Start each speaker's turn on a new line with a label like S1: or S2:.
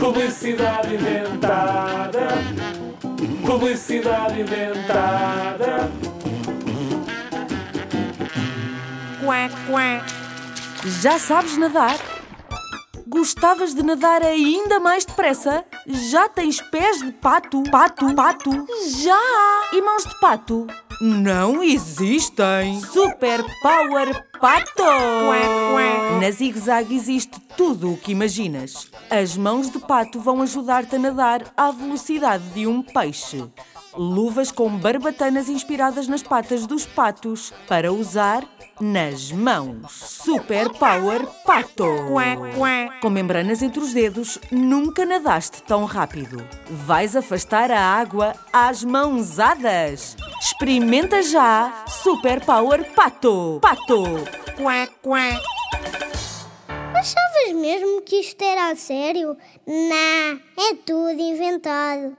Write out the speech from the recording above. S1: Publicidade inventada. Publicidade inventada.
S2: Quá, quá. Já sabes nadar? Gostavas de nadar ainda mais depressa? Já tens pés de pato? Pato, pato? Já! E mãos de pato? Não existem! Super Power Pato! Na Zig Zag existe tudo o que imaginas. As mãos de pato vão ajudar-te a nadar à velocidade de um peixe. Luvas com barbatanas inspiradas nas patas dos patos para usar nas mãos. Super Power Pato! Com membranas entre os dedos, nunca nadaste tão rápido. Vais afastar a água às mãozadas. Experimenta já Super Power Pato! Pato! Quá, quá.
S3: Achavas mesmo que isto era a sério? Não, é tudo inventado.